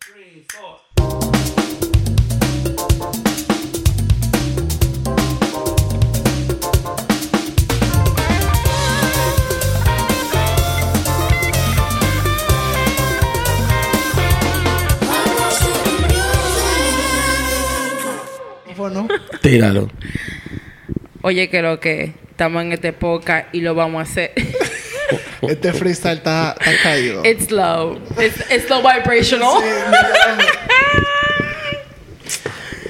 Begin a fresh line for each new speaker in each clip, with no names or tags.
three, four.
Bueno,
Tíralo.
Oye, que lo que estamos en este podcast y lo vamos a hacer.
este freestyle está, está caído.
It's low. It's, it's low vibrational.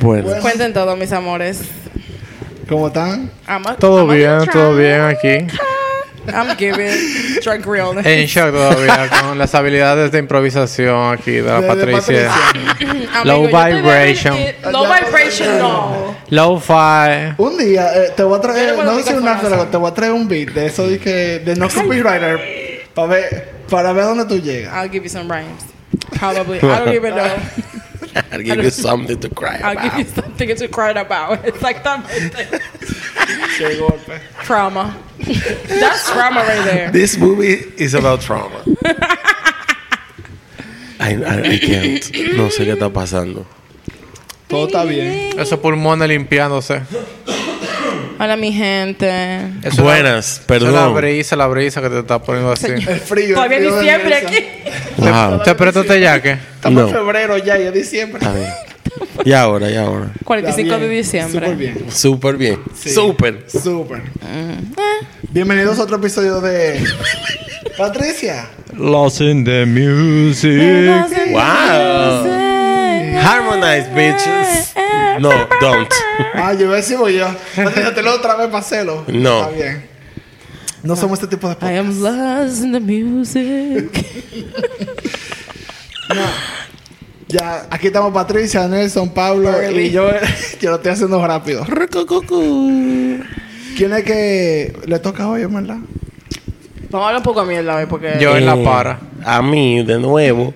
Bueno.
Cuenten todo, mis amores.
¿Cómo están?
I'm a-
Todo
I'm a
bien, todo
try.
bien aquí.
I'm giving drunk realness.
En shock todavía con las habilidades de improvisación aquí de la
De- de
Patricia.
Patricia.
Low
yo te debo
vibration.
el- el- Low vibration, no.
Lo-fi.
Un día eh, te voy
Yo
a traer,
le puedo
no sé si
picar
un after,
corazón.
te voy a traer un beat de eso de que de no copywriter para ver para ver dónde tú llegas.
I'll give you some rhymes. Probably. I don't even know.
I'll give you something to cry
I'll give you
about.
something to cry about. It's like that
Qué golpe.
trauma. That's trauma right there.
This movie is about trauma. I, I- I can't. No sé qué está pasando.
Todo está bien.
Esos pulmones limpiándose.
Hola, mi gente.
Eso
Buenas,
es la- eso es La
perdón.
brisa, la brisa que te está poniendo así.
El frío. el
Todavía
frío
en
de
diciembre
mesa.
aquí.
Wow.
Te prétate ya que.
Estamos en
No. Ah.
febrero ya y es diciembre.
Está bien. Y ahora, y ahora.
45 de
Está bien. Súper
diciembre.
bien.
Súper bien. Súper.
Súper.
Mm, eh.
Bienvenidos a otro episodio de Patricia.
Lost in the music.
Wow. Harmonize, bitches. No, don't.
Ah, yo voy a decir voy yo. Patricia, te lo otra vez para hacerlo.
No.
Está bien. No somos este tipo de
I am lost in the music.
Ya, aquí estamos Patricia, Nelson, Pablo y yo. eh, yo lo estoy haciendo rápido. ¿Quién es que le toca hoy, en verdad?
Vamos a hablar un poco de mierda hoy porque.
Yo en la
Eh,
para.
A mí, de nuevo.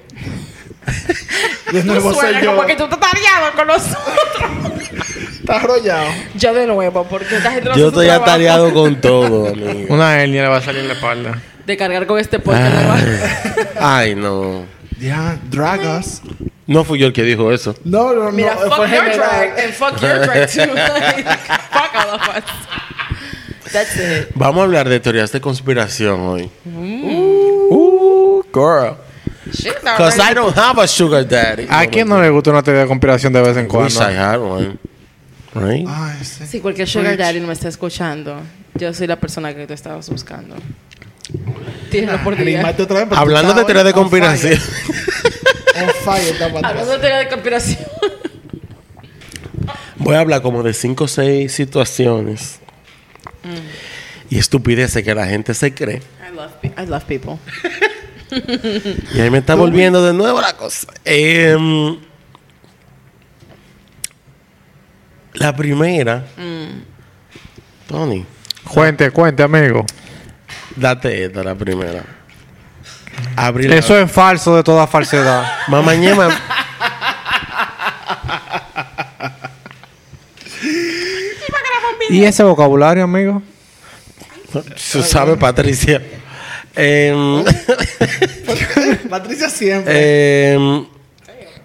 De nuevo soy
Suena
yo.
como que tú estás tareado con nosotros.
Está arrollado.
yo de nuevo, porque esta gente no hace
Yo
su
estoy
trabajo.
atareado con todo, amigo.
Una hernia le va a salir en la espalda.
De cargar con este podcast.
Ay,
¿verdad?
ay, no.
Ya, drag us.
No fui yo el que dijo eso.
No, no, no.
Mira, fuck
fue
your
general.
drag and fuck your drag too. Like, fuck all of us. That's it.
Vamos a hablar de teorías de conspiración hoy.
Mm.
girl.
Shit's
Because I
already.
don't have a sugar daddy.
¿A quién no le gusta una teoría de conspiración de vez en
Wish
cuando?
I had one. Right?
Ay, sí.
Si cualquier sugar daddy no me está escuchando, yo soy la persona que tú estabas buscando. Tienes la oportunidad.
Arrímate otra vez, porque
Hablando
está
de teorías de
hoy on
conspiración.
fire. On fire está
Hablando
Patricia.
de teoría de conspiración.
Voy a hablar como de cinco o seis situaciones
Mm.
y estupideces que la gente se cree.
I love, pe- I love people.
Y ahí me está volviendo de nuevo la cosa. Em, la primera,
Mm.
Tony,
Cuente, cuente, amigo.
date esta, la primera. Abrir
Eso es falso de toda falsedad.
Mamá ñema.
¿Y ese vocabulario, amigo?
Tú sabes, Patricia. Em,
Patricia siempre.
em,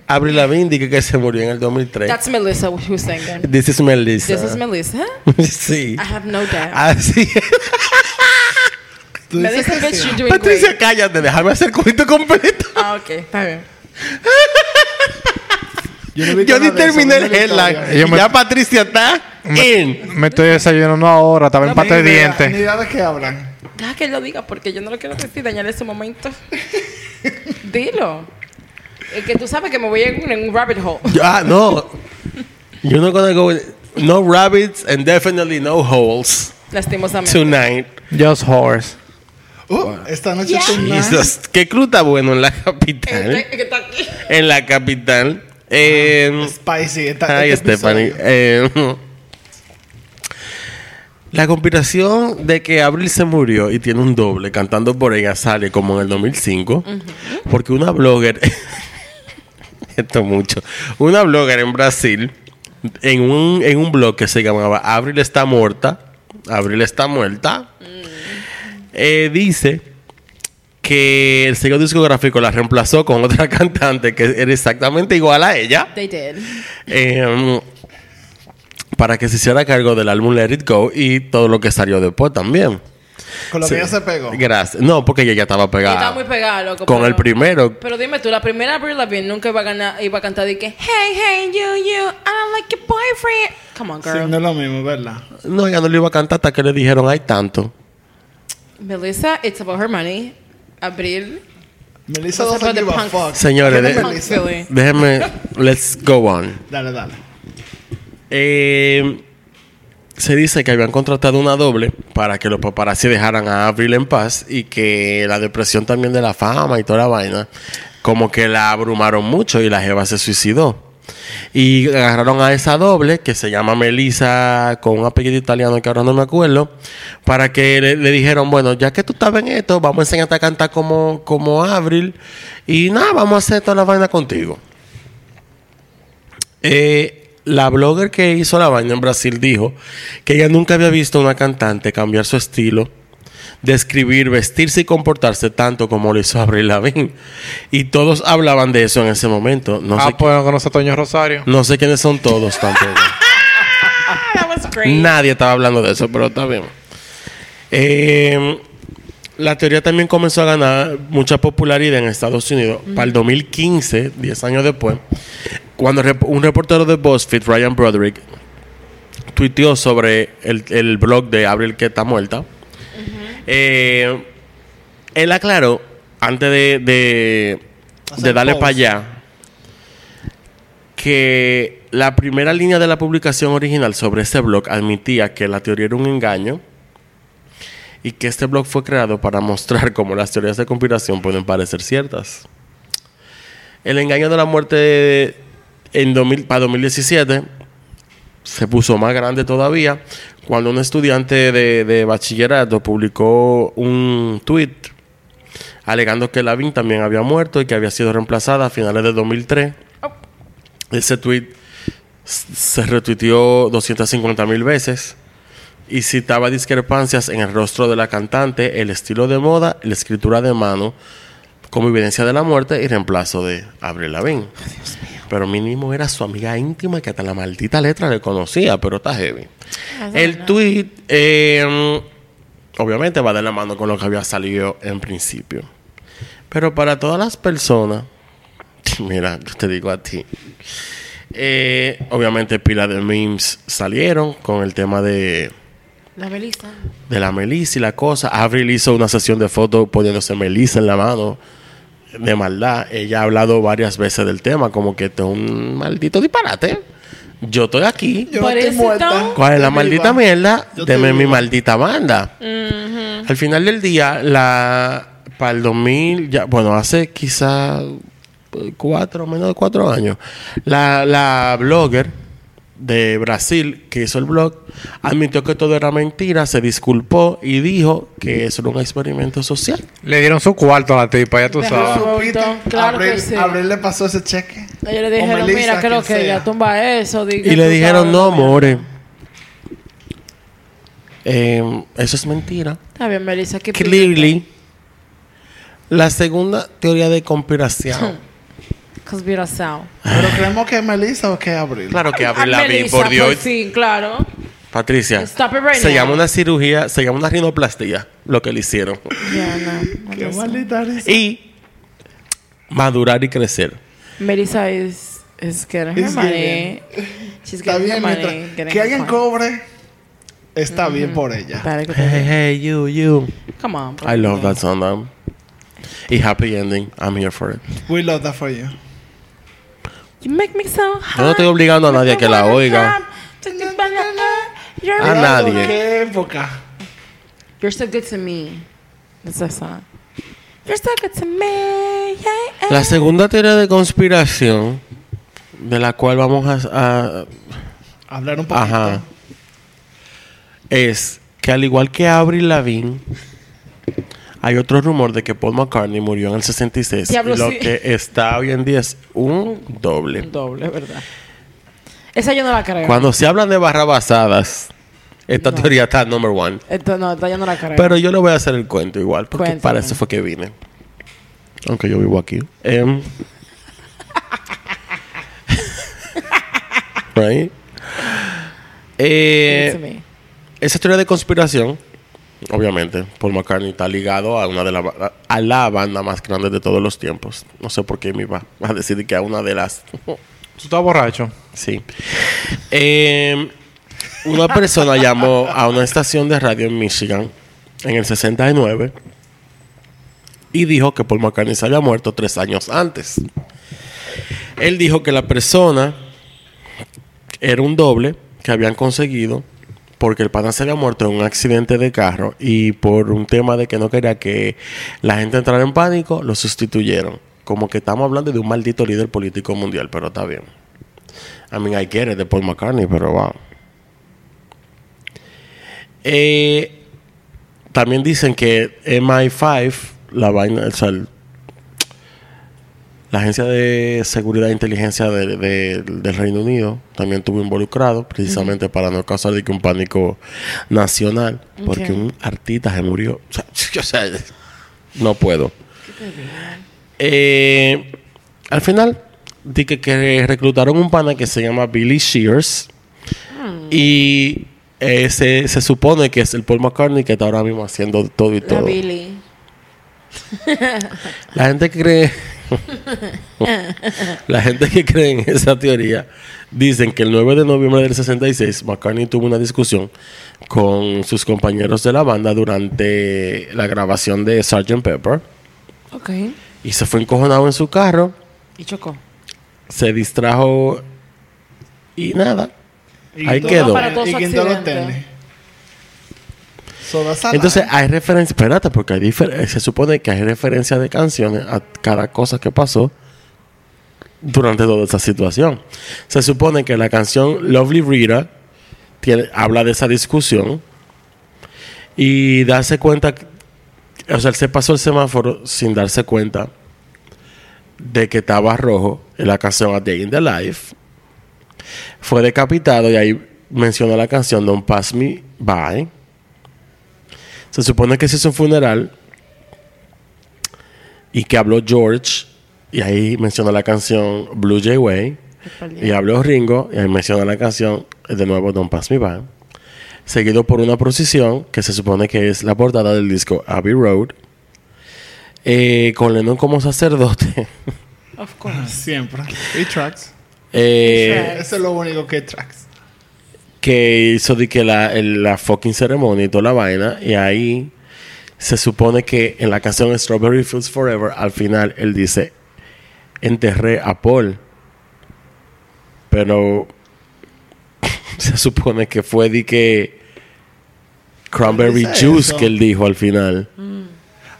Avril Lavigne dice que se murió en el 2003.
That's Melissa who's singing.
This is Melissa.
This is Melissa.
sí.
I have no doubt.
Así es.
Ah, Tú dices
Melissa,
que
bitch,
sí.
you're doing
Patricia,
great.
cállate. Déjame hacer el cuento completo.
Ah, ok. Está bien.
Yo no vi
Yo
nada
ni
de eso,
terminé
no
el
vi todavía.
headline.
Yo
Y
me-
Ya Patricia está en.
Me estoy desayunando ahora, estaba en pata de
Ni idea- Ni
dientes.
idea de qué hablan.
Deja que él lo diga porque yo no lo quiero decir, dañarle ese momento. Dilo. Es que tú sabes que me voy en un, en un rabbit hole.
Yo- Ah, no. You're not gonna go. with- No rabbits and definitely no holes
Lastimosamente.
tonight.
Just horse.
Uh, esta noche
Yeah.
es un
Jesus. Qué crew está bueno en la
Es
capital.
que- es que está aquí.
En la capital. Eh,
spicy. Esta,
ay,
este
Stephanie.
episodio.
Eh, la conspiración de que Abril se murió y tiene un doble cantando por ella sale como en el 2005. Porque una blogger. esto es mucho. Una blogger en Brasil. En un, en un blog que se llamaba Abril está muerta. Abril está muerta. eh, dice que el sello discográfico la reemplazó con otra cantante que era exactamente igual a ella.
They did.
eh, para que se hiciera cargo del álbum Let It Go y todo lo que salió después también.
Con lo
Sí.
que ella se pegó.
Gracias. No, porque ella ya estaba pegada.
Estaba muy pegada, loco.
Con
pero-
el primero.
Pero dime tú, la primera Avril Lavigne nunca iba a ganar, iba a cantar de que Hey, hey, you, you, I don't like your boyfriend. Come on,
Sí,
girl.
no es lo mismo, ¿verdad?
No, ella no le iba a cantar hasta que le dijeron, hay tanto.
Melissa, it's about her money. Abril.
Melissa
Cosa
doesn't
de
give a
punk.
fuck.
Señores,
¿Quién es
de-
Punk
Melissa?
Philly.
Déjeme, let's go on.
Dale, dale.
Eh, se dice que habían contratado una doble para que los paparazzi dejaran a Avril en paz y que la depresión también de la fama y toda la vaina, como que la abrumaron mucho y la Jeva se suicidó. Y agarraron a esa doble que se llama Melissa con un apellido italiano que ahora no me acuerdo, para que le, le dijeron, bueno, ya que tú estabas en esto, vamos a enseñarte a cantar como, como Avril y nada, vamos a hacer toda la vaina contigo. Eh, la blogger que hizo la vaina en Brasil dijo que ella nunca había visto a una cantante cambiar su estilo, describir, vestirse y comportarse tanto como lo hizo Avril Lavigne. Y todos hablaban de eso en ese momento. No,
ah,
sé, qui-
pues conoce a Toño Rosario.
no sé quiénes son todos tampoco.
Ah, that was great.
Nadie estaba hablando de eso, pero está bien. Eh, la teoría también comenzó a ganar mucha popularidad en Estados Unidos para el 2015, 10 años después, cuando rep- un reportero de BuzzFeed, Ryan Broderick, tuiteó sobre el, el blog de Abril que está muerta. Eh, él aclaró, antes de, de,
Hacer
de darle
post.
para allá, que la primera línea de la publicación original sobre este blog admitía que la teoría era un engaño y que este blog fue creado para mostrar cómo las teorías de conspiración pueden parecer ciertas. El engaño de la muerte en 2000 para 2017 se puso más grande todavía cuando un estudiante de, de bachillerato publicó un tweet alegando que Lavín también había muerto y que había sido reemplazada a finales de 2003. Ese tweet s- se retuiteó 250 mil veces y citaba discrepancias en el rostro de la cantante, el estilo de moda, la escritura de mano como evidencia de la muerte y reemplazo de Avril Lavigne. Pero mínimo era su amiga íntima que hasta la maldita letra le conocía, pero está heavy. El tweet eh, obviamente va de la mano con lo que había salido en principio. Pero para todas las personas, mira, yo te digo a ti, eh, obviamente pila de memes salieron con el tema de,
La Melissa.
de la Melissa y la cosa. Avril hizo una sesión de fotos poniéndose Melissa en la mano de maldad. Ella ha hablado varias veces del tema, como que esto es un maldito disparate. Yo estoy aquí.
Yo
Parece
estoy muerta.
tan-
¿Cuál es la
Estoy
maldita
viva.
mierda?
Yo estoy
Deme mi
viva.
maldita banda. Al final del día, la para el 2000, ya, bueno, hace quizá eh, cuatro, menos de cuatro años, la, la blogger de Brasil que hizo el blog admitió que todo era mentira, se disculpó y dijo que eso era un experimento social.
Le dieron su cuarto a la tipa, ya tú
Pero-
sabes.
¿Supiste?
Claro que
Abril,
sí.
Abril le pasó ese cheque.
Ellos le
O
dijeron,
Melissa,
mira, creo
quien
que
sea.
ya tumba eso. diga,
Y le
tú
dijeron,
sabes,
no,
mira".
more. eh, eso es mentira.
Está bien, Melissa. Keep
Clearly, la segunda teoría de conspiración.
Because we're a sound.
Pero creemos que es Melissa o que es Abril.
Claro que
Ah,
Avril Lavigne,
Melissa,
por Dios.
Sí, claro.
Patricia,
Stop it right
se
now.
llama una cirugía, se llama una rinoplastía, lo que le hicieron.
Ya, no.
Qué
Melissa.
maldita eres.
Y madurar y crecer.
Melissa is, is getting her
Is
money. She's getting
Está
her
bien,
money.
mientras
getting
que
her
alguien
coin.
cobre, está bien por ella.
Para que-
Hey, hey, you, you.
Come on. pues. bro.
I love that song, um, Y happy ending, I'm here for it.
Eh.
We love that for you.
You make me so hot.
Yo no estoy obligando a nadie a que la oiga.
You're,
A nadie.
¿Qué época?
you're so good to me. That's that song. You're so good to me. Yeah, yeah.
La segunda teoría de conspiración, de la cual vamos a- a
Hablar un poquito.
Ajá. Es que al igual que Avril Lavigne, hay otro rumor de que Paul McCartney murió en el 66.
Diablo,
lo
sí.
que está hoy en día es un doble.
Doble, ¿verdad? Esa yo no la creo.
Cuando se hablan de barrabasadas, esta
No.
teoría está number one.
Esto no, esta yo no la creo.
Pero yo le voy a hacer el cuento igual, porque
Cuéntame.
para eso fue que vine. Aunque yo vivo aquí. Em. right.
It's
Eh,
me.
esa teoría de conspiración, obviamente, Paul McCartney está ligado a una de las a la banda más grande de todos los tiempos. No sé por qué me iba a decir que a una de las
¿Tú estás borracho?
Sí. Eh, una persona llamó a una estación de radio en Michigan en el 69 y dijo que Paul McCartney se había muerto tres años antes. Él dijo que la persona era un doble que habían conseguido porque el pana se había muerto en un accidente de carro y por un tema de que no quería que la gente entrara en pánico, lo sustituyeron. Como que estamos hablando de un maldito líder político mundial, pero está bien. I mean, I get it, de Paul McCartney, pero wow. Eh, también dicen que MI5, la vaina, o sea, el- la agencia de seguridad e inteligencia de- de- del Reino Unido también estuvo involucrado, precisamente para no causar de que un pánico nacional, porque
Ok.
un artista se murió. O sea, o sea, no puedo. Eh, al final, dije que reclutaron un pana que se llama Billy Shears. Y eh, se, se supone que es el Paul McCartney que está ahora mismo haciendo todo y
La
todo.
Billy.
La gente que cree. la gente que cree en esa teoría dicen que el 9 de noviembre del 66 McCartney tuvo una discusión con sus compañeros de la banda durante la grabación de Sgt. Pepper
Ok.
y se fue encojonado en su carro,
Y chocó.
se distrajo y nada. Ahí
quitó-
quedó.
Para todo
Y
su
quitó los
accidente.
tenis. Soda Salad.
Entonces hay referencia, espérate, porque hay difer- se supone que hay referencia de canciones a cada cosa que pasó durante toda esa situación. Se supone que la canción Lovely Rita tiene, habla de esa discusión y darse cuenta, que- o sea, él se pasó el semáforo sin darse cuenta de que estaba rojo en la canción A Day in the Life. Fue decapitado y ahí menciona la canción Don't Pass Me By. Se supone que se hizo un funeral y que habló George y ahí menciona la canción Blue Jay Way y habló Ringo y ahí menciona la canción eh, de nuevo Don't Pass Me By seguido por una procesión que se supone que es la portada del disco Abbey Road eh, con Lennon como sacerdote
Of course.
Siempre. Y tracks.
eh,
Eso es lo único que es tracks.
que hizo de que la, el- la fucking ceremonia y toda la vaina. Y ahí se supone que en la canción Strawberry Fields Forever, al final él dice: Enterré a Paul. Pero se supone que fue de que Cranberry
Él dice
Juice
eso.
que él dijo al final.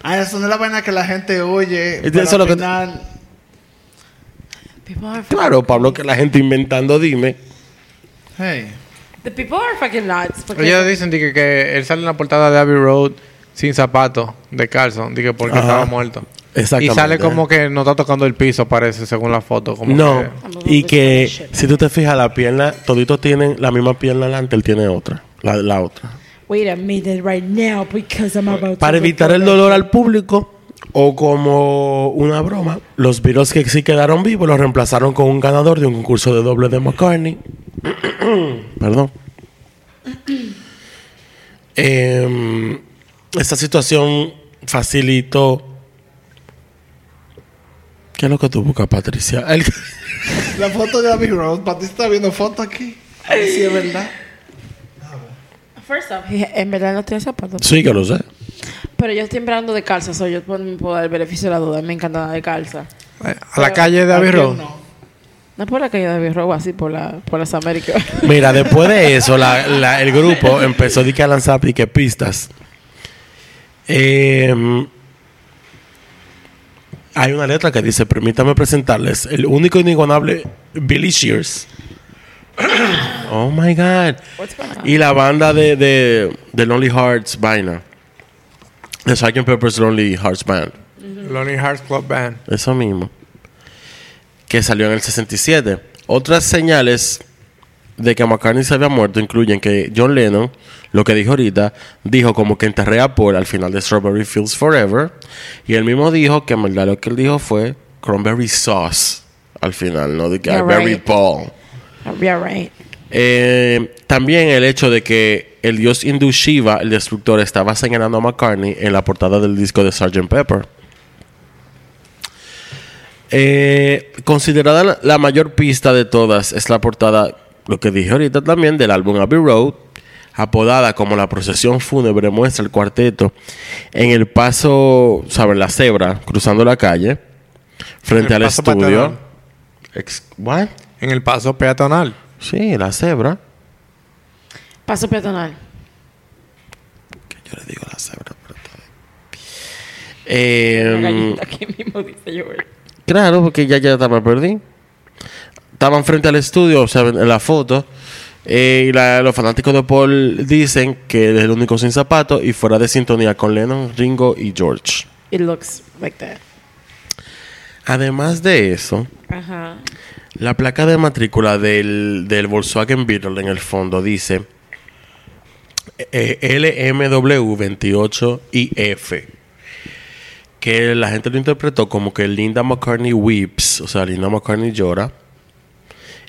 Ah, eso no es la vaina que la gente oye.
Es de
pero
eso lo
al
que-
final-
People are fucking-
Claro, Pablo, que la gente inventando, dime.
Hey.
The people are fucking nuts. Porque
Ellos dicen di que, que él sale en la portada de Abbey Road sin zapatos, de calzón, di que porque
Ajá.
estaba muerto. Y
Exactamente.
sale como que no está tocando el piso, parece, según la foto. Como
No,
que-
y que si tú te fijas, la pierna, toditos tienen la misma pierna delante, él tiene otra, la, la otra.
Wait a minute right now because I'm about
Para
to
evitar el dolor al público o como una broma, los Beatles que sí quedaron vivos los reemplazaron con un ganador de un concurso de doble de McCartney. Perdón. Em, esta situación facilitó. ¿Qué es lo que tú buscas, Patricia? El-
La foto de Abbey Road. Pati está viendo foto aquí. A ver si es verdad.
First off, en verdad no tiene zapatos.
sí, que lo sé.
Pero yo estoy hablando de calza, so yo puedo, puedo dar el beneficio de la duda. Me encanta andar de calza.
Eh, A la calle de Abbey
¿Por qué
Road.
no?
No por la calle de Robo, así por, la, por las Américas.
Mira, después de eso, la- la- el grupo empezó di que, a lanzar di que, pistas. Eh, hay una letra que dice: Permítame presentarles el único inigualable Billy Shears. oh my God.
What's going on?
Y la banda de, de, de Lonely Hearts Vaina. The Sgt. Pepper's Lonely Hearts Band.
Lonely Hearts Club Band.
Eso mismo. Que salió en el 67. Otras señales de que McCartney se había muerto incluyen que John Lennon, lo que dijo ahorita, dijo como que enterré a Paul al final de Strawberry Fields Forever. Y él mismo dijo que en verdad lo que él dijo fue cranberry sauce al final, ¿no? De que I
You're
buried
right.
Paul.
I'll be alright.
Eh, también el hecho de que el dios hindú Shiva, el destructor, estaba señalando a McCartney en la portada del disco de Sgt. Pepper. Eh, considerada la- la mayor pista de todas es la portada, lo que dije ahorita también, del álbum Abbey Road, apodada como la procesión fúnebre muestra el cuarteto en el paso, ¿sabes? La cebra, cruzando la calle, frente
El
al
paso
estudio.
peatonal.
Ex- ¿What?
En el paso peatonal.
Sí, la cebra.
Paso peatonal.
Yo le digo la cebra, pero está bien.
La
Eh,
galleta que mismo dice Joel.
claro, porque ya, ya me perdí. Estaban frente al estudio, o sea, en la foto. eh, y la- los fanáticos de Paul dicen que él es el único sin zapatos y fuera de sintonía con Lennon, Ringo y George.
It looks like that.
Además de eso,
Ajá.
la placa de matrícula del, del Volkswagen Beetle en el fondo dice eh, LMW28IF. Que la gente lo interpretó como que Linda McCartney weeps, o sea, Linda McCartney llora.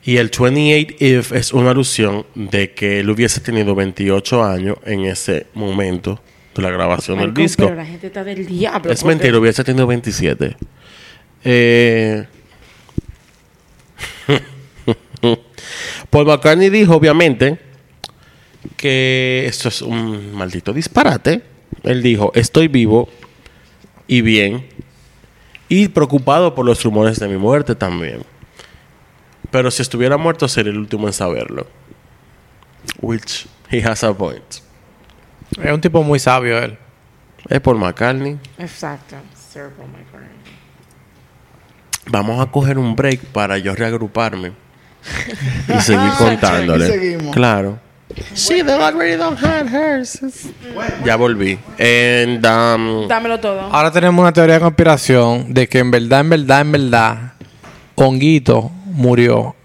Y el 28if es una alusión de que él hubiese tenido 28 años en ese momento de la grabación del
Marco,
disco.
Pero la gente está del diablo.
Es
porque-
mentira, hubiese tenido 27. Eh, Paul McCartney dijo, obviamente, que esto es un maldito disparate. Él dijo, estoy vivo y bien y preocupado por los rumores de mi muerte también. Pero si estuviera muerto sería el último en saberlo. Which he has a point.
Es un tipo muy sabio él.
Es Paul McCartney.
Exacto. Sir Paul McCartney.
Vamos a coger un break para yo reagruparme y seguir
Ah,
contándole.
y seguimos.
Claro. Sí, they already don't have hers. Ya volví. And, um,
Dámelo todo.
Ahora tenemos una teoría de conspiración de que en verdad, en verdad, en verdad, Honguito murió.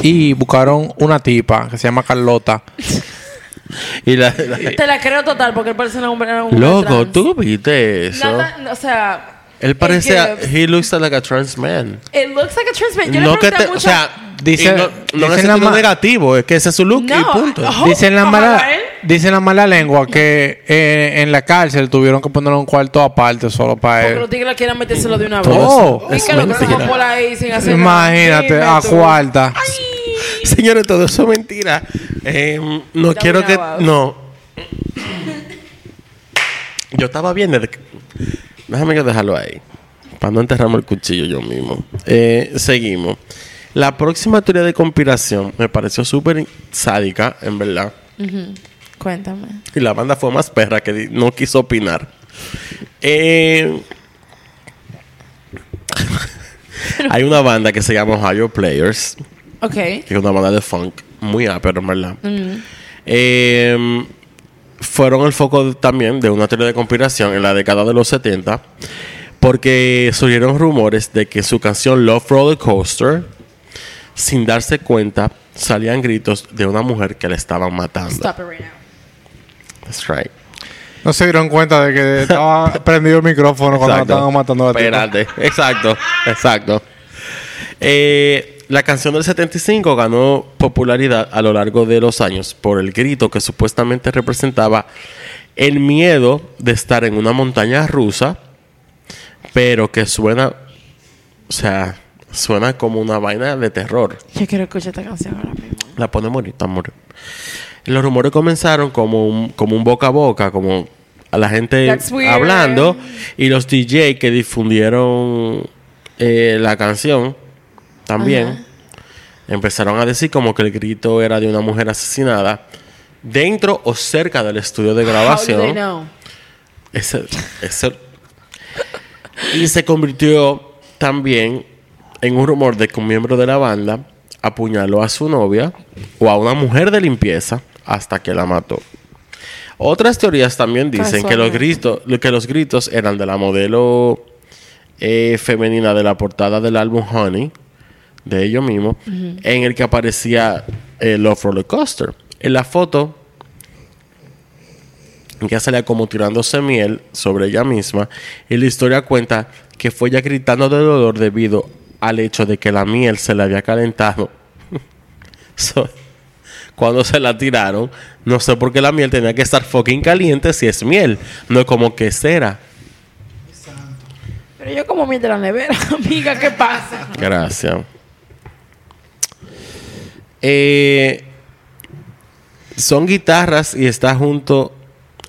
Y buscaron una tipa que se llama Carlota.
y la, la-
Te la creo total porque él parece un hombre. era un
loco,
trans.
tú viste eso.
Nada, o sea.
Él parece, a,
It,
he looks like a trans man.
gives- it looks like a trans man. Yo
No
le
que
pregunté
te,
mucho.
o sea,
Dice-
y no, no en
dice
el
la
sentido
ma-
negativo, es que ese es su look y
No, Oh,
punto.
ojo.
Dicen la mala,
ojalá él.
dicen la mala lengua que eh, en la cárcel tuvieron que poner un cuarto aparte solo para
porque
él.
los tigres quieran metérselo de una vez.
Todo
Y
eso
que
Eh, es
lo
mentira.
cruzamos por ahí sin hacer nada.
Imagínate,
Dime
a
tú.
cuarta.
Señores, todo eso es mentira. Eh, no
Está
quiero que.
grabado.
No. Yo estaba bien. desde que- Déjame yo dejarlo ahí. Para no enterrarme el cuchillo yo mismo. Eh, seguimos. La próxima teoría de conspiración me pareció súper sádica, en verdad.
Cuéntame.
Y la banda fue más perra que di- no quiso opinar. Eh, hay una banda que se llama Ohio Players
Ok.
que es una banda de funk muy ápero, en verdad. Eh, fueron el foco de- también de una teoría de conspiración en la década de los 70, porque surgieron rumores de que su canción Love Roller Coaster, sin darse cuenta, salían gritos de una mujer que la estaban matando.
Stop it right now.
That's right.
No se dieron cuenta de que estaba prendido el micrófono cuando la
Exacto.
estaban matando a la tipa.
Espérate. Exacto, exacto. Eh, la canción del 75 ganó popularidad a lo largo de los años por el grito que supuestamente representaba el miedo de estar en una montaña rusa, pero que suena, o sea, suena como una vaina de terror.
Yo quiero escuchar esta canción ahora mismo.
La pone morita, amor. Los rumores comenzaron como un, como un boca a boca, como a la gente
That's weird.
hablando. Y los DJ que difundieron eh, la canción también
Ajá.
empezaron a decir como que el grito era de una mujer asesinada dentro o cerca del estudio de grabación.
How do they know?
Ese- ese- y se convirtió también en un rumor de que un miembro de la banda apuñaló a su novia o a una mujer de limpieza hasta que la mató. Otras teorías también dicen que los,
Casualmente.
gritos, que los gritos eran de la modelo eh, femenina de la portada del álbum Honey, de ellos mismos, en el que aparecía el Love Roller Coaster. En la foto, ella salía como tirándose miel sobre ella misma y la historia cuenta que fue ella gritando de dolor debido al hecho de que la miel se le había calentado. So, cuando se la tiraron, no sé por qué la miel tenía que estar fucking caliente si es miel, no es como que cera.
Pero yo como miel de la nevera, amiga, ¿qué pasa?
Gracias. Eh, son guitarras y está junto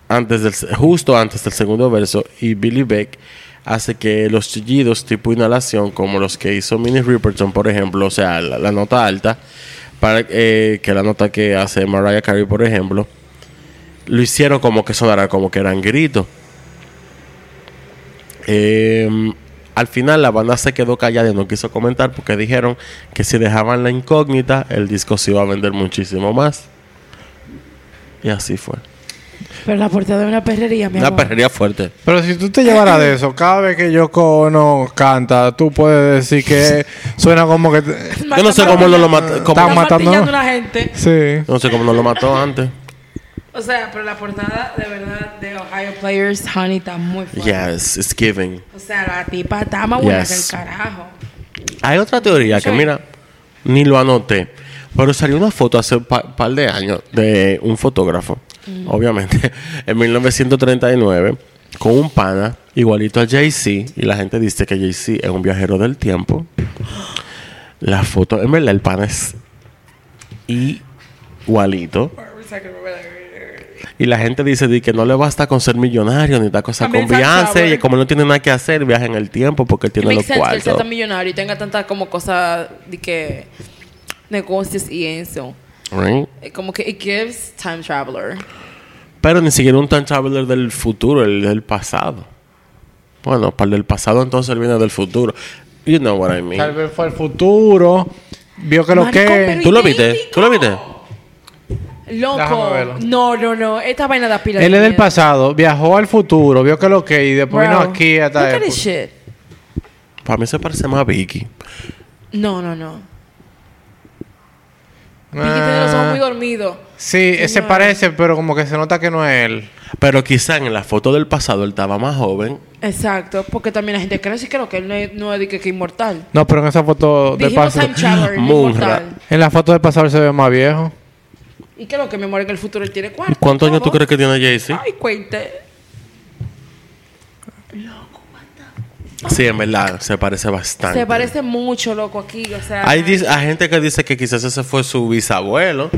antes del, justo antes del segundo verso y Billy Beck hace que los chillidos tipo inhalación, como los que hizo Minnie Riperton, por ejemplo, o sea, la, la nota alta, para, eh, que la nota que hace Mariah Carey, por ejemplo, lo hicieron como que sonara como que eran gritos. Eh, al final la banda se quedó callada y no quiso comentar porque dijeron que si dejaban la incógnita, el disco se iba a vender muchísimo más. Y así fue.
Pero la portada de una perrería, mi
Una
amor.
perrería fuerte.
Pero si tú te llevaras de eso, cada vez que Yoko Ono canta, tú puedes decir que suena como que... te-
Yo no sé cómo no lo mató.
Está
Están
Están matando.
matando a la gente.
Sí.
No sé cómo no lo mató antes.
O sea, pero la portada de verdad de Ohio Players, honey, está muy fuerte.
Yes, it's giving.
O sea, la tipa está más buena
Yes.
que el carajo.
Hay otra teoría que,
Sí.
mira, ni lo anoté. Pero salió una foto hace un pa- par de años de un fotógrafo, obviamente, en 1939, con un pana igualito a Jay-Z. Y la gente dice que Jay-Z es un viajero del tiempo. La foto, en verdad, el pana es igualito. Y la gente dice di, que no le basta con ser millonario, ni tal cosa
También
con
Jack
Beyoncé.
Bauer.
Y como no tiene nada que hacer, viaja en el tiempo porque él tiene
Make
los
sense que él sea
cuartos.
tan millonario y tenga tantas como cosas de que negocios y eso.
Right?
Eh, Como que it gives time traveler.
Pero ni siquiera un time traveler del futuro, el del pasado. Bueno, para el del pasado entonces él viene del futuro. You know what I
Tal
mean.
vez fue el futuro. Vio que lo
Maricón,
que...
pero
¿Tú lo
idéntico.
viste? ¿Tú lo viste?
Déjame
Loco.
verlo.
No, no, no. Esta vaina da pila. de
Él es del
miedo.
pasado, viajó al futuro, vio que lo que... Y después vino
Bro,
aquí hasta...
Look at
el-
this shit.
Para mí se parece más a Vicky.
No, no, no.
Ah,
Vicky tiene los ojos muy dormidos.
Sí, se parece, pero como que se nota que no es él.
Pero quizá en la foto del pasado él estaba más joven.
Exacto, porque también la gente crece y creo que él no es, no es de que, que inmortal.
No, pero en esa foto del
Dijimos
pasado...
time traveler, no
Munra.
inmortal.
En la foto del pasado él se ve más viejo.
Y creo que me muere que el futuro él tiene
¿Y
cuarto.
cuántos años tú
todo.
crees que tiene Jay-Z?
Ay, cuente.
Sí, en verdad, se parece bastante.
Se parece mucho, loco, aquí. O sea,
Hay, dis- hay gente que dice que quizás ese fue su bisabuelo.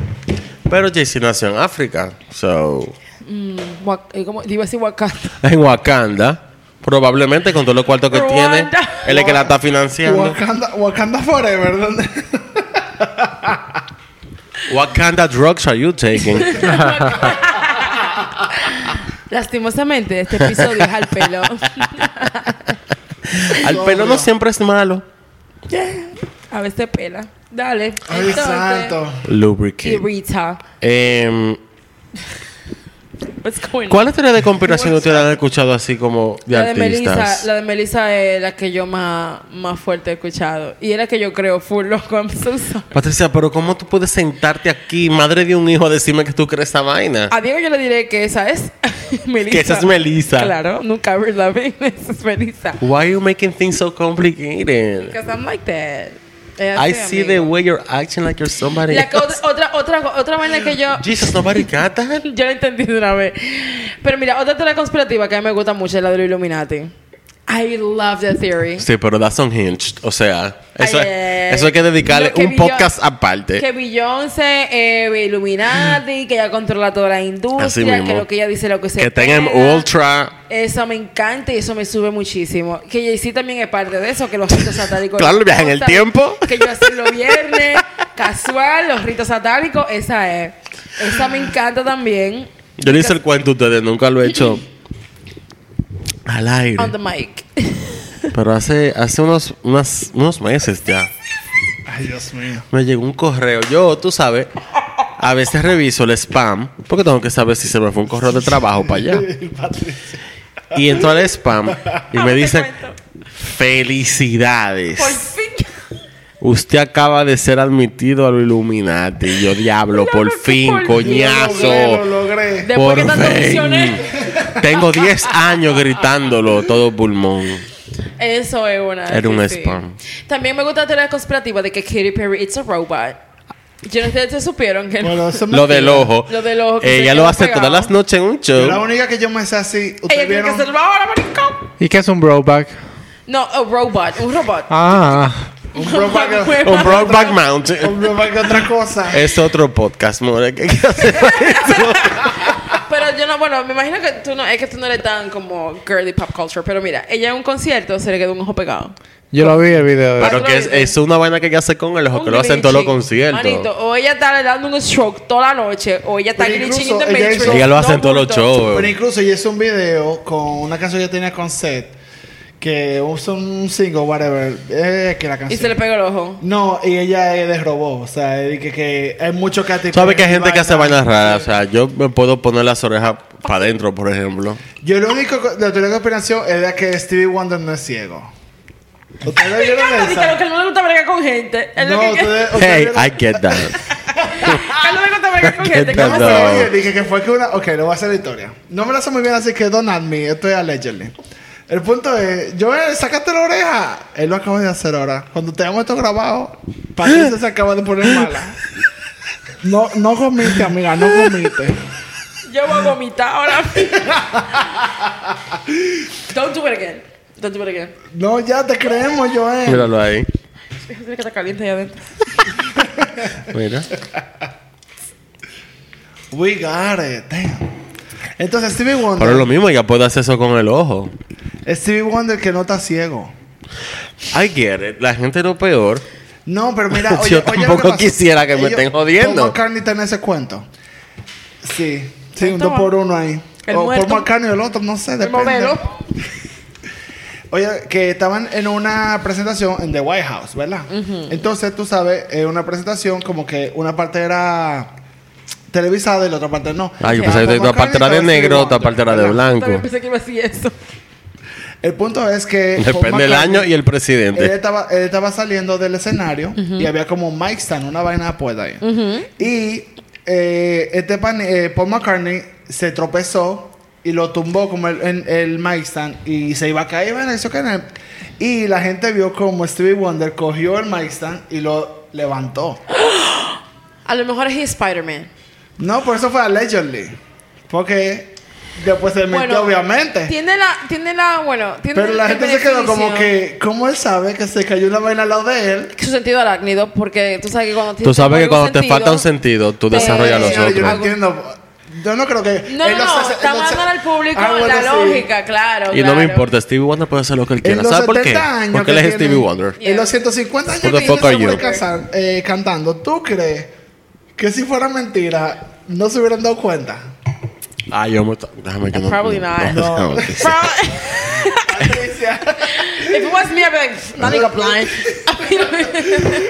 Pero Jay-Z nació en África. So,
Wa- eh, ¿cómo? Iba a decir Wakanda.
en Wakanda. Probablemente con todos los cuartos que tiene.
Ruanda.
Él es que la está financiando.
Wakanda, Wakanda Forever. ¿dónde?
What kind of drugs are you taking?
Lastimosamente, este episodio es al pelo.
Al pelo no siempre es malo.
a veces pela. Dale.
Ay, santo.
Y
Lubricate.
Rita.
Em,
What's going on?
¿Cuál es la teoría de conspiración que ustedes han escuchado así como de
La de, Melissa,
artistas?
la de Melissa es la que yo más, más fuerte he escuchado. Y es la que yo creo full loco. I'm so sorry.
Patricia, pero ¿cómo tú puedes sentarte aquí, madre de un hijo, a decirme que tú crees esa vaina?
A Diego yo le diré que esa es Melissa.
Que esa es Melissa. Uh.
Claro, nunca ever loving. Esa es Melissa.
Why are you making things so complicated?
Because I'm like that. Es
I
así,
see the
amigo.
way you're acting like you're somebody.
La que
else.
otra, otra, otra, otra vaina que yo...
Jesus, nobody got that.
Yo la entendí de una vez. Pero mira, otra teoría conspirativa que a mí me gusta mucho es la de los Illuminati. I love that theory.
Sí, pero that's unhinged. O sea, eso,
Ay, ay, ay.
eso hay que dedicarle
Lo que
un
vi yo-
podcast aparte.
Que Beyoncé, eh, Illuminati, que ella controla toda la
Así
industria,
mismo.
que lo que ella dice lo que se
que tengan
pega.
ultra
Eso me encanta y eso me sube muchísimo. Que Jay-Z también es parte de eso, que los ritos satánicos.
Claro,
le
viaja en el
gustan,
tiempo.
Que yo hacerlo viernes, casual, los ritos satánicos, esa es. Esa me encanta también.
Yo le hice el cuento a ustedes, nunca lo he hecho al aire.
On the mic.
Pero hace, hace unos, unas- unos meses ya
Ay, Dios mío.
me llegó un correo. Yo, tú sabes, a veces reviso el spam porque tengo que saber si se me fue un correo de trabajo para allá.
Patricia.
Y entro al spam y
Ah,
me
te
dicen,
cuento.
felicidades.
Por fin.
Usted acaba de ser admitido a lo Illuminati. Y Yo, diablo,
Claro
por
que
fin,
por
coñazo.
Lo logré, lo logré.
Después que
Por
tanto
fin.
misioné.
Tengo 10 años gritándolo todo pulmón.
Eso es una.
Era un
que sí.
spam.
También me gusta la teoría conspirativa de que Katy Perry it's a robot. Yo no sé si supieron que
Bueno, eso es
Lo
mentira.
del ojo.
Lo del ojo que se
Ella
queda
lo hace
pegado.
todas las noches en un
Yo La
show.
única que yo me sé así.
ella
Ustedes
tiene que
vieron.
ser ahora, maricón.
¿Y qué es un brokeback?
No, a robot, un robot.
Ah,
Un Brokeback-
Huevo.
Un Brokeback
un
Mountain.
Brokeback otra cosa.
Es otro podcast, more. ¿Qué- qué hace?
Pero yo no, bueno, me imagino que tú no, es que tú no eres tan como girly pop culture. Pero mira, ella en un concierto se le quedó un ojo pegado.
yo lo vi el video. de-
Pero que es, es una vaina que ella hace con el ojo,
Un
que lo hacen todos los
glitching.
conciertos.
Manito, o ella está dando un stroke toda la noche, o ella está
Pero
glitching in
incluso
the
ella
matrix.
hizo-
Ella lo
No
hace en todos los
bulto.
Pero
shows.
incluso yo hice un video con una canción que tenía con Seth. Que usa un single, whatever. Eh, que la
Y
canción.
se le pegó el ojo.
No, y ella es de robot. O sea, es que, que hay mucho Katy
¿Sabes
Perry
que hay gente que hace vainas
vaina.
raras? O sea, yo me puedo poner las orejas para adentro, por ejemplo.
Yo lo único que- la teoría de conspiración era que Stevie Wonder no es ciego. ¿Ustedes lo vieron
Claro, dije, lo
esa?
que no le gusta verga con gente. Es lo
No,
que,
ustedes, ustedes
Hey,
vieron-
I get that.
Él no le gusta verga con
¿Qué
gente.
tal,
¿Cómo
no?
se
Pero-
Oye, dije que fue que una. Ok, lo voy a hacer la historia. No me lo sé muy bien, así que don't at me. Esto es allegedly. El punto es, Joel, sácate la oreja. Él lo acaba de hacer ahora. Cuando tengamos esto grabado, Patricia se acaba de poner mala. No, no comiste, amiga, no comiste.
Yo voy a vomitar ahora. Don't do it again. Don't do it again.
No, ya te creemos, Joel.
Míralo ahí.
Tiene que estar caliente ahí adentro.
Mira.
We got it, damn. Entonces, Stevie Wonder.
Pero lo mismo, ella puede hacer eso con el ojo.
Stevie Wonder que no está ciego.
I get it. La gente lo peor.
No, pero mira, oye,
Yo
oye lo que
tampoco
pasó.
quisiera que me estén jodiendo.
Paul McCartney está en ese cuento. Sí, sí, un
Cuento.
dos por uno ahí.
El
o
muerto.
Paul McCartney o el otro, no sé,
El
depende.
modelo.
Oye, que estaban en una presentación en The White House, ¿verdad? Entonces, tú sabes, eh, una presentación como que una parte era televisada y la otra parte no.
Ay, yo
Sí,
pensaba
Ah,
que
Paul
una parte era de
McCartney estaba
negro, otra
Stevie
parte era de
Wonder, ¿verdad?
blanco.
También pensé que iba a decir eso.
El punto es que... Paul
Depende del
McCartney-
año y el
Él
presidente.
estaba, él estaba saliendo del escenario y había como un mic stand, una vaina puesta ahí. Y eh, este pan- eh, Paul McCartney se tropezó y lo tumbó como el, en- el mic stand y se iba a caer. Bueno, eso que era. Y la gente vio como Stevie Wonder cogió el mic stand y lo levantó.
A lo mejor es Spider-Man.
No, por eso fue allegedly. Porque después se metió, obviamente.
Tiene la, tiene la, bueno, tiene
Pero la
el
gente se quedó como
beneficio.
que, ¿cómo él sabe que se cayó una vaina al lado de él?
Su sentido arácnido, porque tú sabes que cuando
Tú
tienes
sabes que
algún
cuando te
sentido-
falta un sentido, tú
te-
desarrollas los
Señora, Yo no
otros.
entiendo. Yo no creo que.
No,
él
no, no,
se-
estamos
él no se-
dando al público
Ah, bueno,
la
sí.
lógica, claro.
Y no me
claro.
importa, Stevie Wonder puede hacer lo que él
En
quiera.
los
¿Sabes por qué?
70 años.
Porque él
que
es
tiene-
Stevie Wonder.
En los 150 años
Who the
que
fuck
hizo
are
Samuel
you?
Kazan, eh, cantando, ¿tú crees que si fuera mentira no se hubieran dado cuenta?
Ah, yo me. Déjame que no.
Probably
no-
not.
no-
Bro,
Patricia.
If it was me, I'd be like, that nigga blind.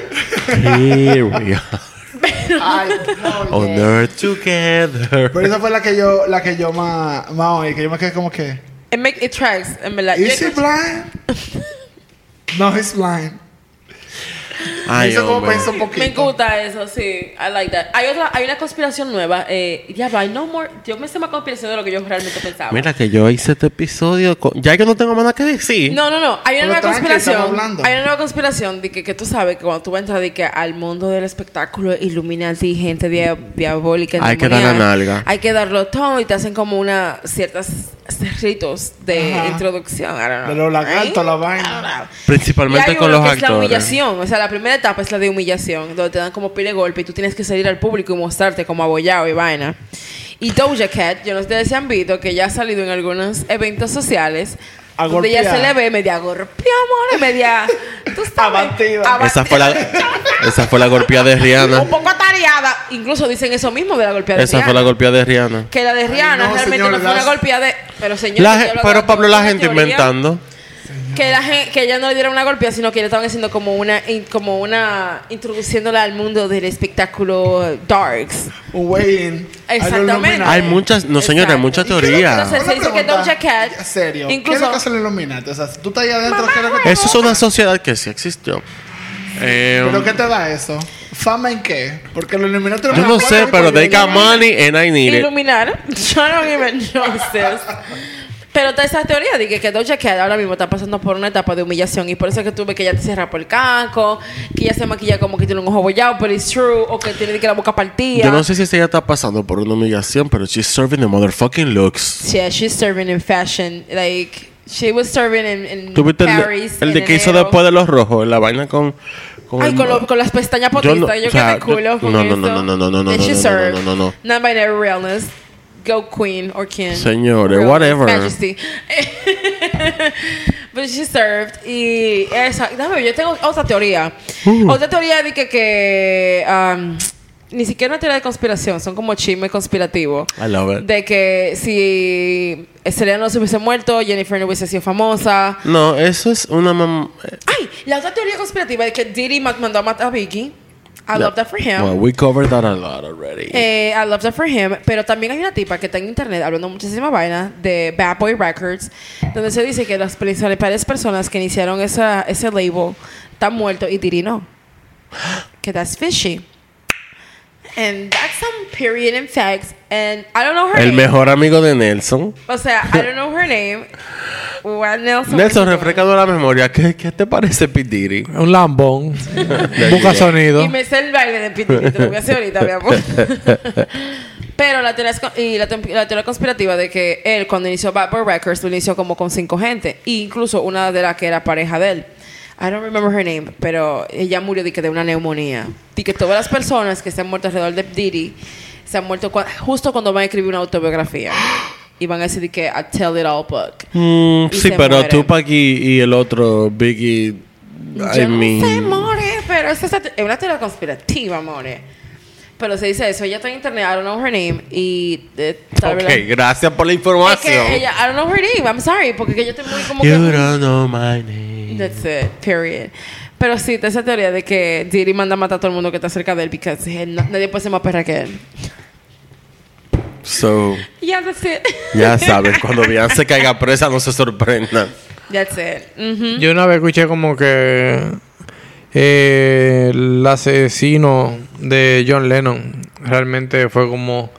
Here we are.
Ay, no.
On earth together.
Pero esa fue la que yo, la que yo más, más oí, que yo me quedé como que.
It make it tracks, en verdad. Yo
¿Is he
escuché-
blind? No, he's blind.
Ay,
Eso como
hombre.
pensó un
Me
poquito.
gusta eso, sí. I like that. Hay otra, hay una conspiración nueva. Eh, ya va, no more. Yo me sé más conspiración de lo que yo realmente pensaba.
Mira que yo hice este episodio. con- Ya que no tengo más nada que decir.
No, no, no. Hay una
Pero
nueva
tranqui, estamos
conspiración.
hablando.
Hay una nueva conspiración de que, que tú sabes que cuando tú vas a entrar de que al mundo del espectáculo Illuminati, gente dia- diabólica,
Hay que
endemoniada,
dar la nalga.
Hay que darlo todo y te hacen como una ciertas ritos de
Ajá.
introducción. I don't know.
De los lagartos,
Ay,
la
I don't know.
vaina.
Y hay
Principalmente con
uno
los
que es la
actores.
humillación. O sea, la primera etapa es la de humillación, donde te dan como pile de golpe y tú tienes que salir al público y mostrarte como abollado y vaina. Y Doja Cat, yo no sé si han visto que ya ha salido en algunos eventos sociales.
A
donde ya
golpear.
se le ve media golpea, amor, media. ¿tú sabes?
Abatida.
Esa fue la, esa fue la golpeada de Rihanna.
Un poco atareada. Incluso dicen eso mismo de la golpeada de
Esa fue
Rihanna.
la golpeada de Rihanna.
Que la de Rihanna
no,
realmente
señor,
no fue una
las-
golpeada de. Pero señor.
La gen- pero Pablo, la gente inventando.
Que, la gen- que ella no le dieron una golpeada, sino que le estaban haciendo como una, in- como una, introduciéndola al mundo del espectáculo darks.
Un way in. eh.
Exactamente.
Hay muchas, no señora, hay
Exacto.
muchas
¿Y qué es lo que
teorías.
hace? Se dice que Doja Cat,
En serio. ¿Qué es
incluso-
lo que hace el Illuminati? O sea, si tú estás ahí adentro, ¿qué es lo que
Eso es una sociedad que sí existió. Em,
¿Pero qué te da eso? ¿Fama en qué? Porque lo eliminaste
yo no sé, pero they got money and I need it.
Iluminar. Yo no even know sis. Pero está esa teoría de que, que Doja Cat ahora mismo está pasando por una etapa de humillación y por eso es que tú ves que ella te cierra por el casco, que ella se maquilla como que tiene un ojo bollado, pero it's true, o que tiene que la boca partida.
Yo no sé si ella está pasando por una humillación, pero she's serving the motherfucking looks.
Yeah, she's serving in fashion. Like, she was serving in, in
¿Tuviste el,
Paris.
el
en
de que hizo
enero.
después de los rojos? La vaina con. con
Ay,
el
con,
mo-
lo- con las pestañas
Yo
potistas. Yo,
no- o sea,
quedé culo.
yo-
con
no, no,
eso.
no, no, no, no, no,
Then
no,
she
no, no,
served.
no, no, no.
Non-binary realness. Go queen or king.
Señores,
Realness,
whatever.
Majesty. But she served. Y esa. Déjame ver, yo tengo otra teoría.
Uh.
Otra teoría de que. que um, ni siquiera una teoría de conspiración, son como chisme conspirativo.
I love it.
De que si Selena no se hubiese muerto, Jennifer no hubiese sido famosa.
No, eso es una mam. eh,
Ay, la otra teoría conspirativa de que Diddy ma- mandó a matar a Vicky. I
No.
love that for him.
Well, we covered that a lot already.
Eh, I love that for him. Pero también hay una tipa que está en internet hablando muchísima vaina de Bad Boy Records, donde se dice que las principales personas que iniciaron esa, ese label están muertos y Diddy no. Que that's fishy. And that's some period in facts. And I don't know her
el
name.
mejor amigo de Nelson.
O sea, I don't know her name. What Nelson?
Nelson, refrescando la memoria, ¿qué, qué te parece P. Diddy?
Un lambón. Busca sonido.
Y me sé el baile de Pitito, lo voy a hacer ahorita, mi amor. Pero la teoría, es co- y la, tem- la teoría conspirativa de que él, cuando inició Bad Boy Records, lo inició como con cinco gente. E incluso una de las que era pareja de él. I don't remember her name, pero ella murió de, que de una neumonía. Y que todas las personas que se han muerto alrededor de Diddy se han muerto cua- justo cuando van a escribir una autobiografía. Y van a decir de que I tell it all book.
Mm,
Y
sí,
se
pero
muere.
Tupac y, y el otro, Biggie. I
Yo no sé,
mean.
more, pero esa es es una teoría conspirativa, more. Pero se dice eso, ella está en internet, I don't know her name, y eh, tal vez...
Ok,
la-
gracias por la
Es
información.
que ella, I don't know her name, I'm sorry, porque que yo estoy muy como
You
que...
don't know my name.
That's it, period. Pero sí, está esa teoría de que Diddy manda a matar a todo el mundo que está cerca de él, porque nadie puede ser más perra que él.
So,
Yeah, that's it.
ya sabes, cuando Beyoncé se caiga presa, no se sorprendan.
That's it. Mhm.
Yo una vez escuché como que eh, el asesino de John Lennon realmente fue como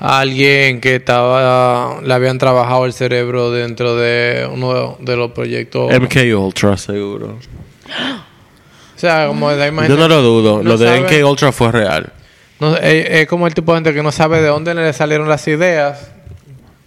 alguien que estaba le habían trabajado el cerebro dentro de uno de los proyectos.
MK Ultra, seguro.
o sea, como de ahí más-
Yo no lo dudo.
No
lo de
sabe.
MK Ultra fue real.
no, es, es como el tipo de gente que no sabe de dónde le salieron las ideas.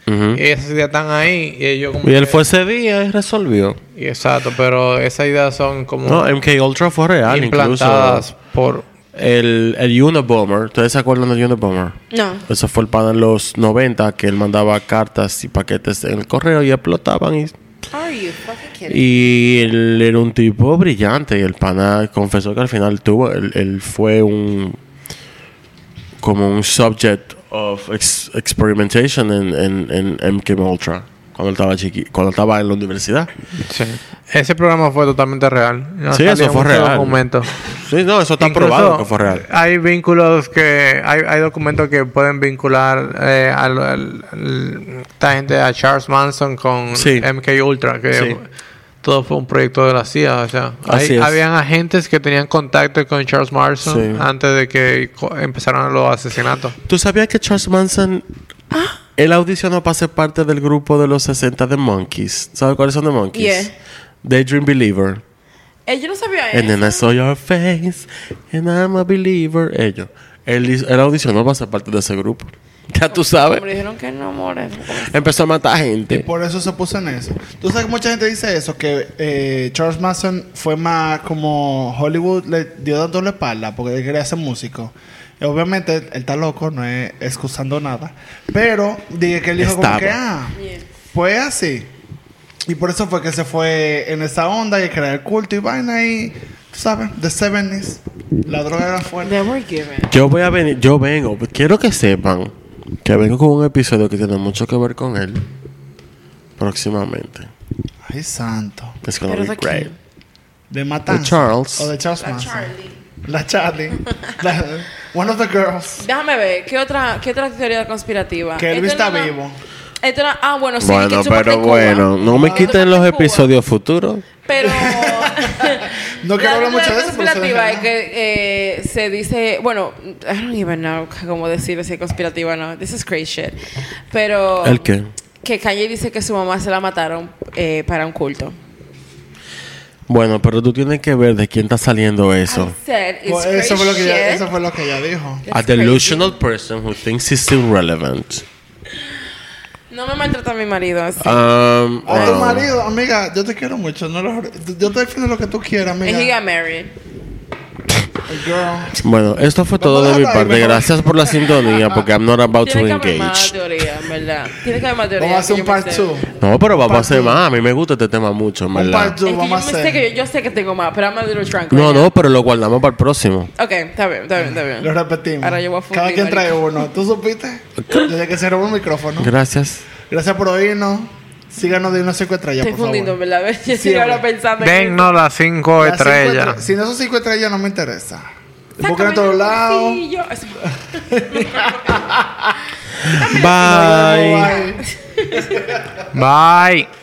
Ujú.
Y esas ideas están ahí y ellos como
¿Mm? Y él
que-
fue ese día y resolvió.
y exacto, pero esas ideas son como
No, MK Ultra fue real,
implantadas
incluso.
por
El, el Unabomber, ¿ustedes se acuerdan del Unabomber?
No.
Eso fue el pan en los 90 que él mandaba cartas y paquetes en el correo y explotaban. Y,
Are you fucking kidding?
y él era un tipo brillante. Y el pana confesó que al final tuvo. Él, él fue un. como un subject of ex- experimentation en, en, en MK Ultra. Cuando él estaba chiqui, cuando estaba en la universidad.
Sí. Ese programa fue totalmente real. No
Sí, eso
salían
fue
muchos
real.
documentos.
Sí, no, eso está
Incluso
probado que fue real.
Hay vínculos que. Hay, hay documentos que pueden vincular eh, al, al- al- esta gente, a Charles Manson con
Sí.
MK Ultra, que
Sí.
todo fue un proyecto de la CIA. O sea, hay-
Así es.
habían agentes que tenían contacto con Charles Manson
Sí.
antes de que co- empezaran los asesinatos.
¿Tú sabías que Charles Manson
Ah.
él audicionó para ser parte del grupo de los 60 de Monkeys? ¿Sabes cuáles son The Monkeys?
Yeah.
Daydream Believer.
Eh, yo no sabía
And then
eso.
I saw your face and I'm a believer. Ellos. Él, hizo- él audicionó para ser parte de ese grupo. Ya tú sabes.
Me dijeron que no, more.
Empezó a matar
Y
gente.
por eso se puso en eso. Tú sabes que mucha gente dice eso, que eh, Charles Manson fue más como Hollywood le dio dando la espalda porque él quería ser músico. Y obviamente él está loco, no es excusando nada. Pero dije que él dijo
Estaba.
como que, ah, pues así. Y por eso fue que se fue en esa onda y crear el culto y vaina y, tú sabes, the 70s. La droga era fuerte.
They were given.
Yo voy a venir, yo vengo, quiero que sepan que vengo con un episodio que tiene mucho que ver con él próximamente.
Ay, santo.
It's gonna
Pero
be
de aquí.
great.
De Matanza.
Charles.
O de Charles
La
Manson.
Charlie.
La Charlie. La- one of the girls.
Déjame ver, ¿qué otra, qué otra teoría conspirativa?
Que Elvis está vivo.
Esto era, ah, bueno, sí.
Bueno,
que Tupac
pero
en Cuba.
bueno, no me
Ah.
quiten
Tupac
los
en Cuba.
episodios futuros.
Pero
No quiero
La
hablar mucho
teoría
de eso, pero se
conspirativa
deja
es que eh, se dice, bueno, I don't even know cómo decirlo si es conspirativa o no. This is crazy shit. Pero
¿El qué?
que Kanye dice que su mamá se la mataron eh, para un culto.
Bueno, pero tú tienes que ver de quién está saliendo eso.
I said it's
Pues
crazy
eso,
eh.
fue lo que ella,
shit.
eso fue lo que ella dijo.
A
That's crazy.
delusional person who thinks he's still relevant.
No me maltrata mi marido así.
Ah,
Um,
A Oh, tu
wow.
marido, amiga, yo te quiero mucho. No lo- yo te defiendo lo que tú quieras,
And he
amiga.
got married.
Girl.
Bueno, esto fue todo de mi
Vamos a hablar
parte.
ahí,
Gracias por la sintonía, porque I'm not about to
Tiene que haber
engage.
más teoría, en verdad. Tiene que haber más teoría.
Vamos a
que
hacer un
yo me
part
sé.
2.
No, pero vamos a
Part
hacer
two.
más. A mí me gusta este tema mucho, en
Un
¿verdad?
part
Es
2
que yo, me
vamos a
sé
hacer.
que yo, yo sé que tengo más, pero I'm a little drunk.
No,
right now.
no, pero lo guardamos para el próximo.
Ok, está bien, está bien, está bien.
Lo repetimos.
Ahora yo voy a
Cada
fundir,
quien trae
marico.
uno. ¿Tú supiste? Desde que se robó el micrófono.
Gracias.
Gracias por oírnos. Síganos de una cinco estrellas,
Estoy
por favor.
fundiendo, en ¿verdad? Yo sigo
Siempre.
ahora pensando en
Dennos las cinco
Las cinco
estrellas.
estre- Si no son cinco estrellas, no me interesa. Busquen en
Sácame
todos
del
lados.
bolsillo. Es-
Bye.
Bye.
Bye.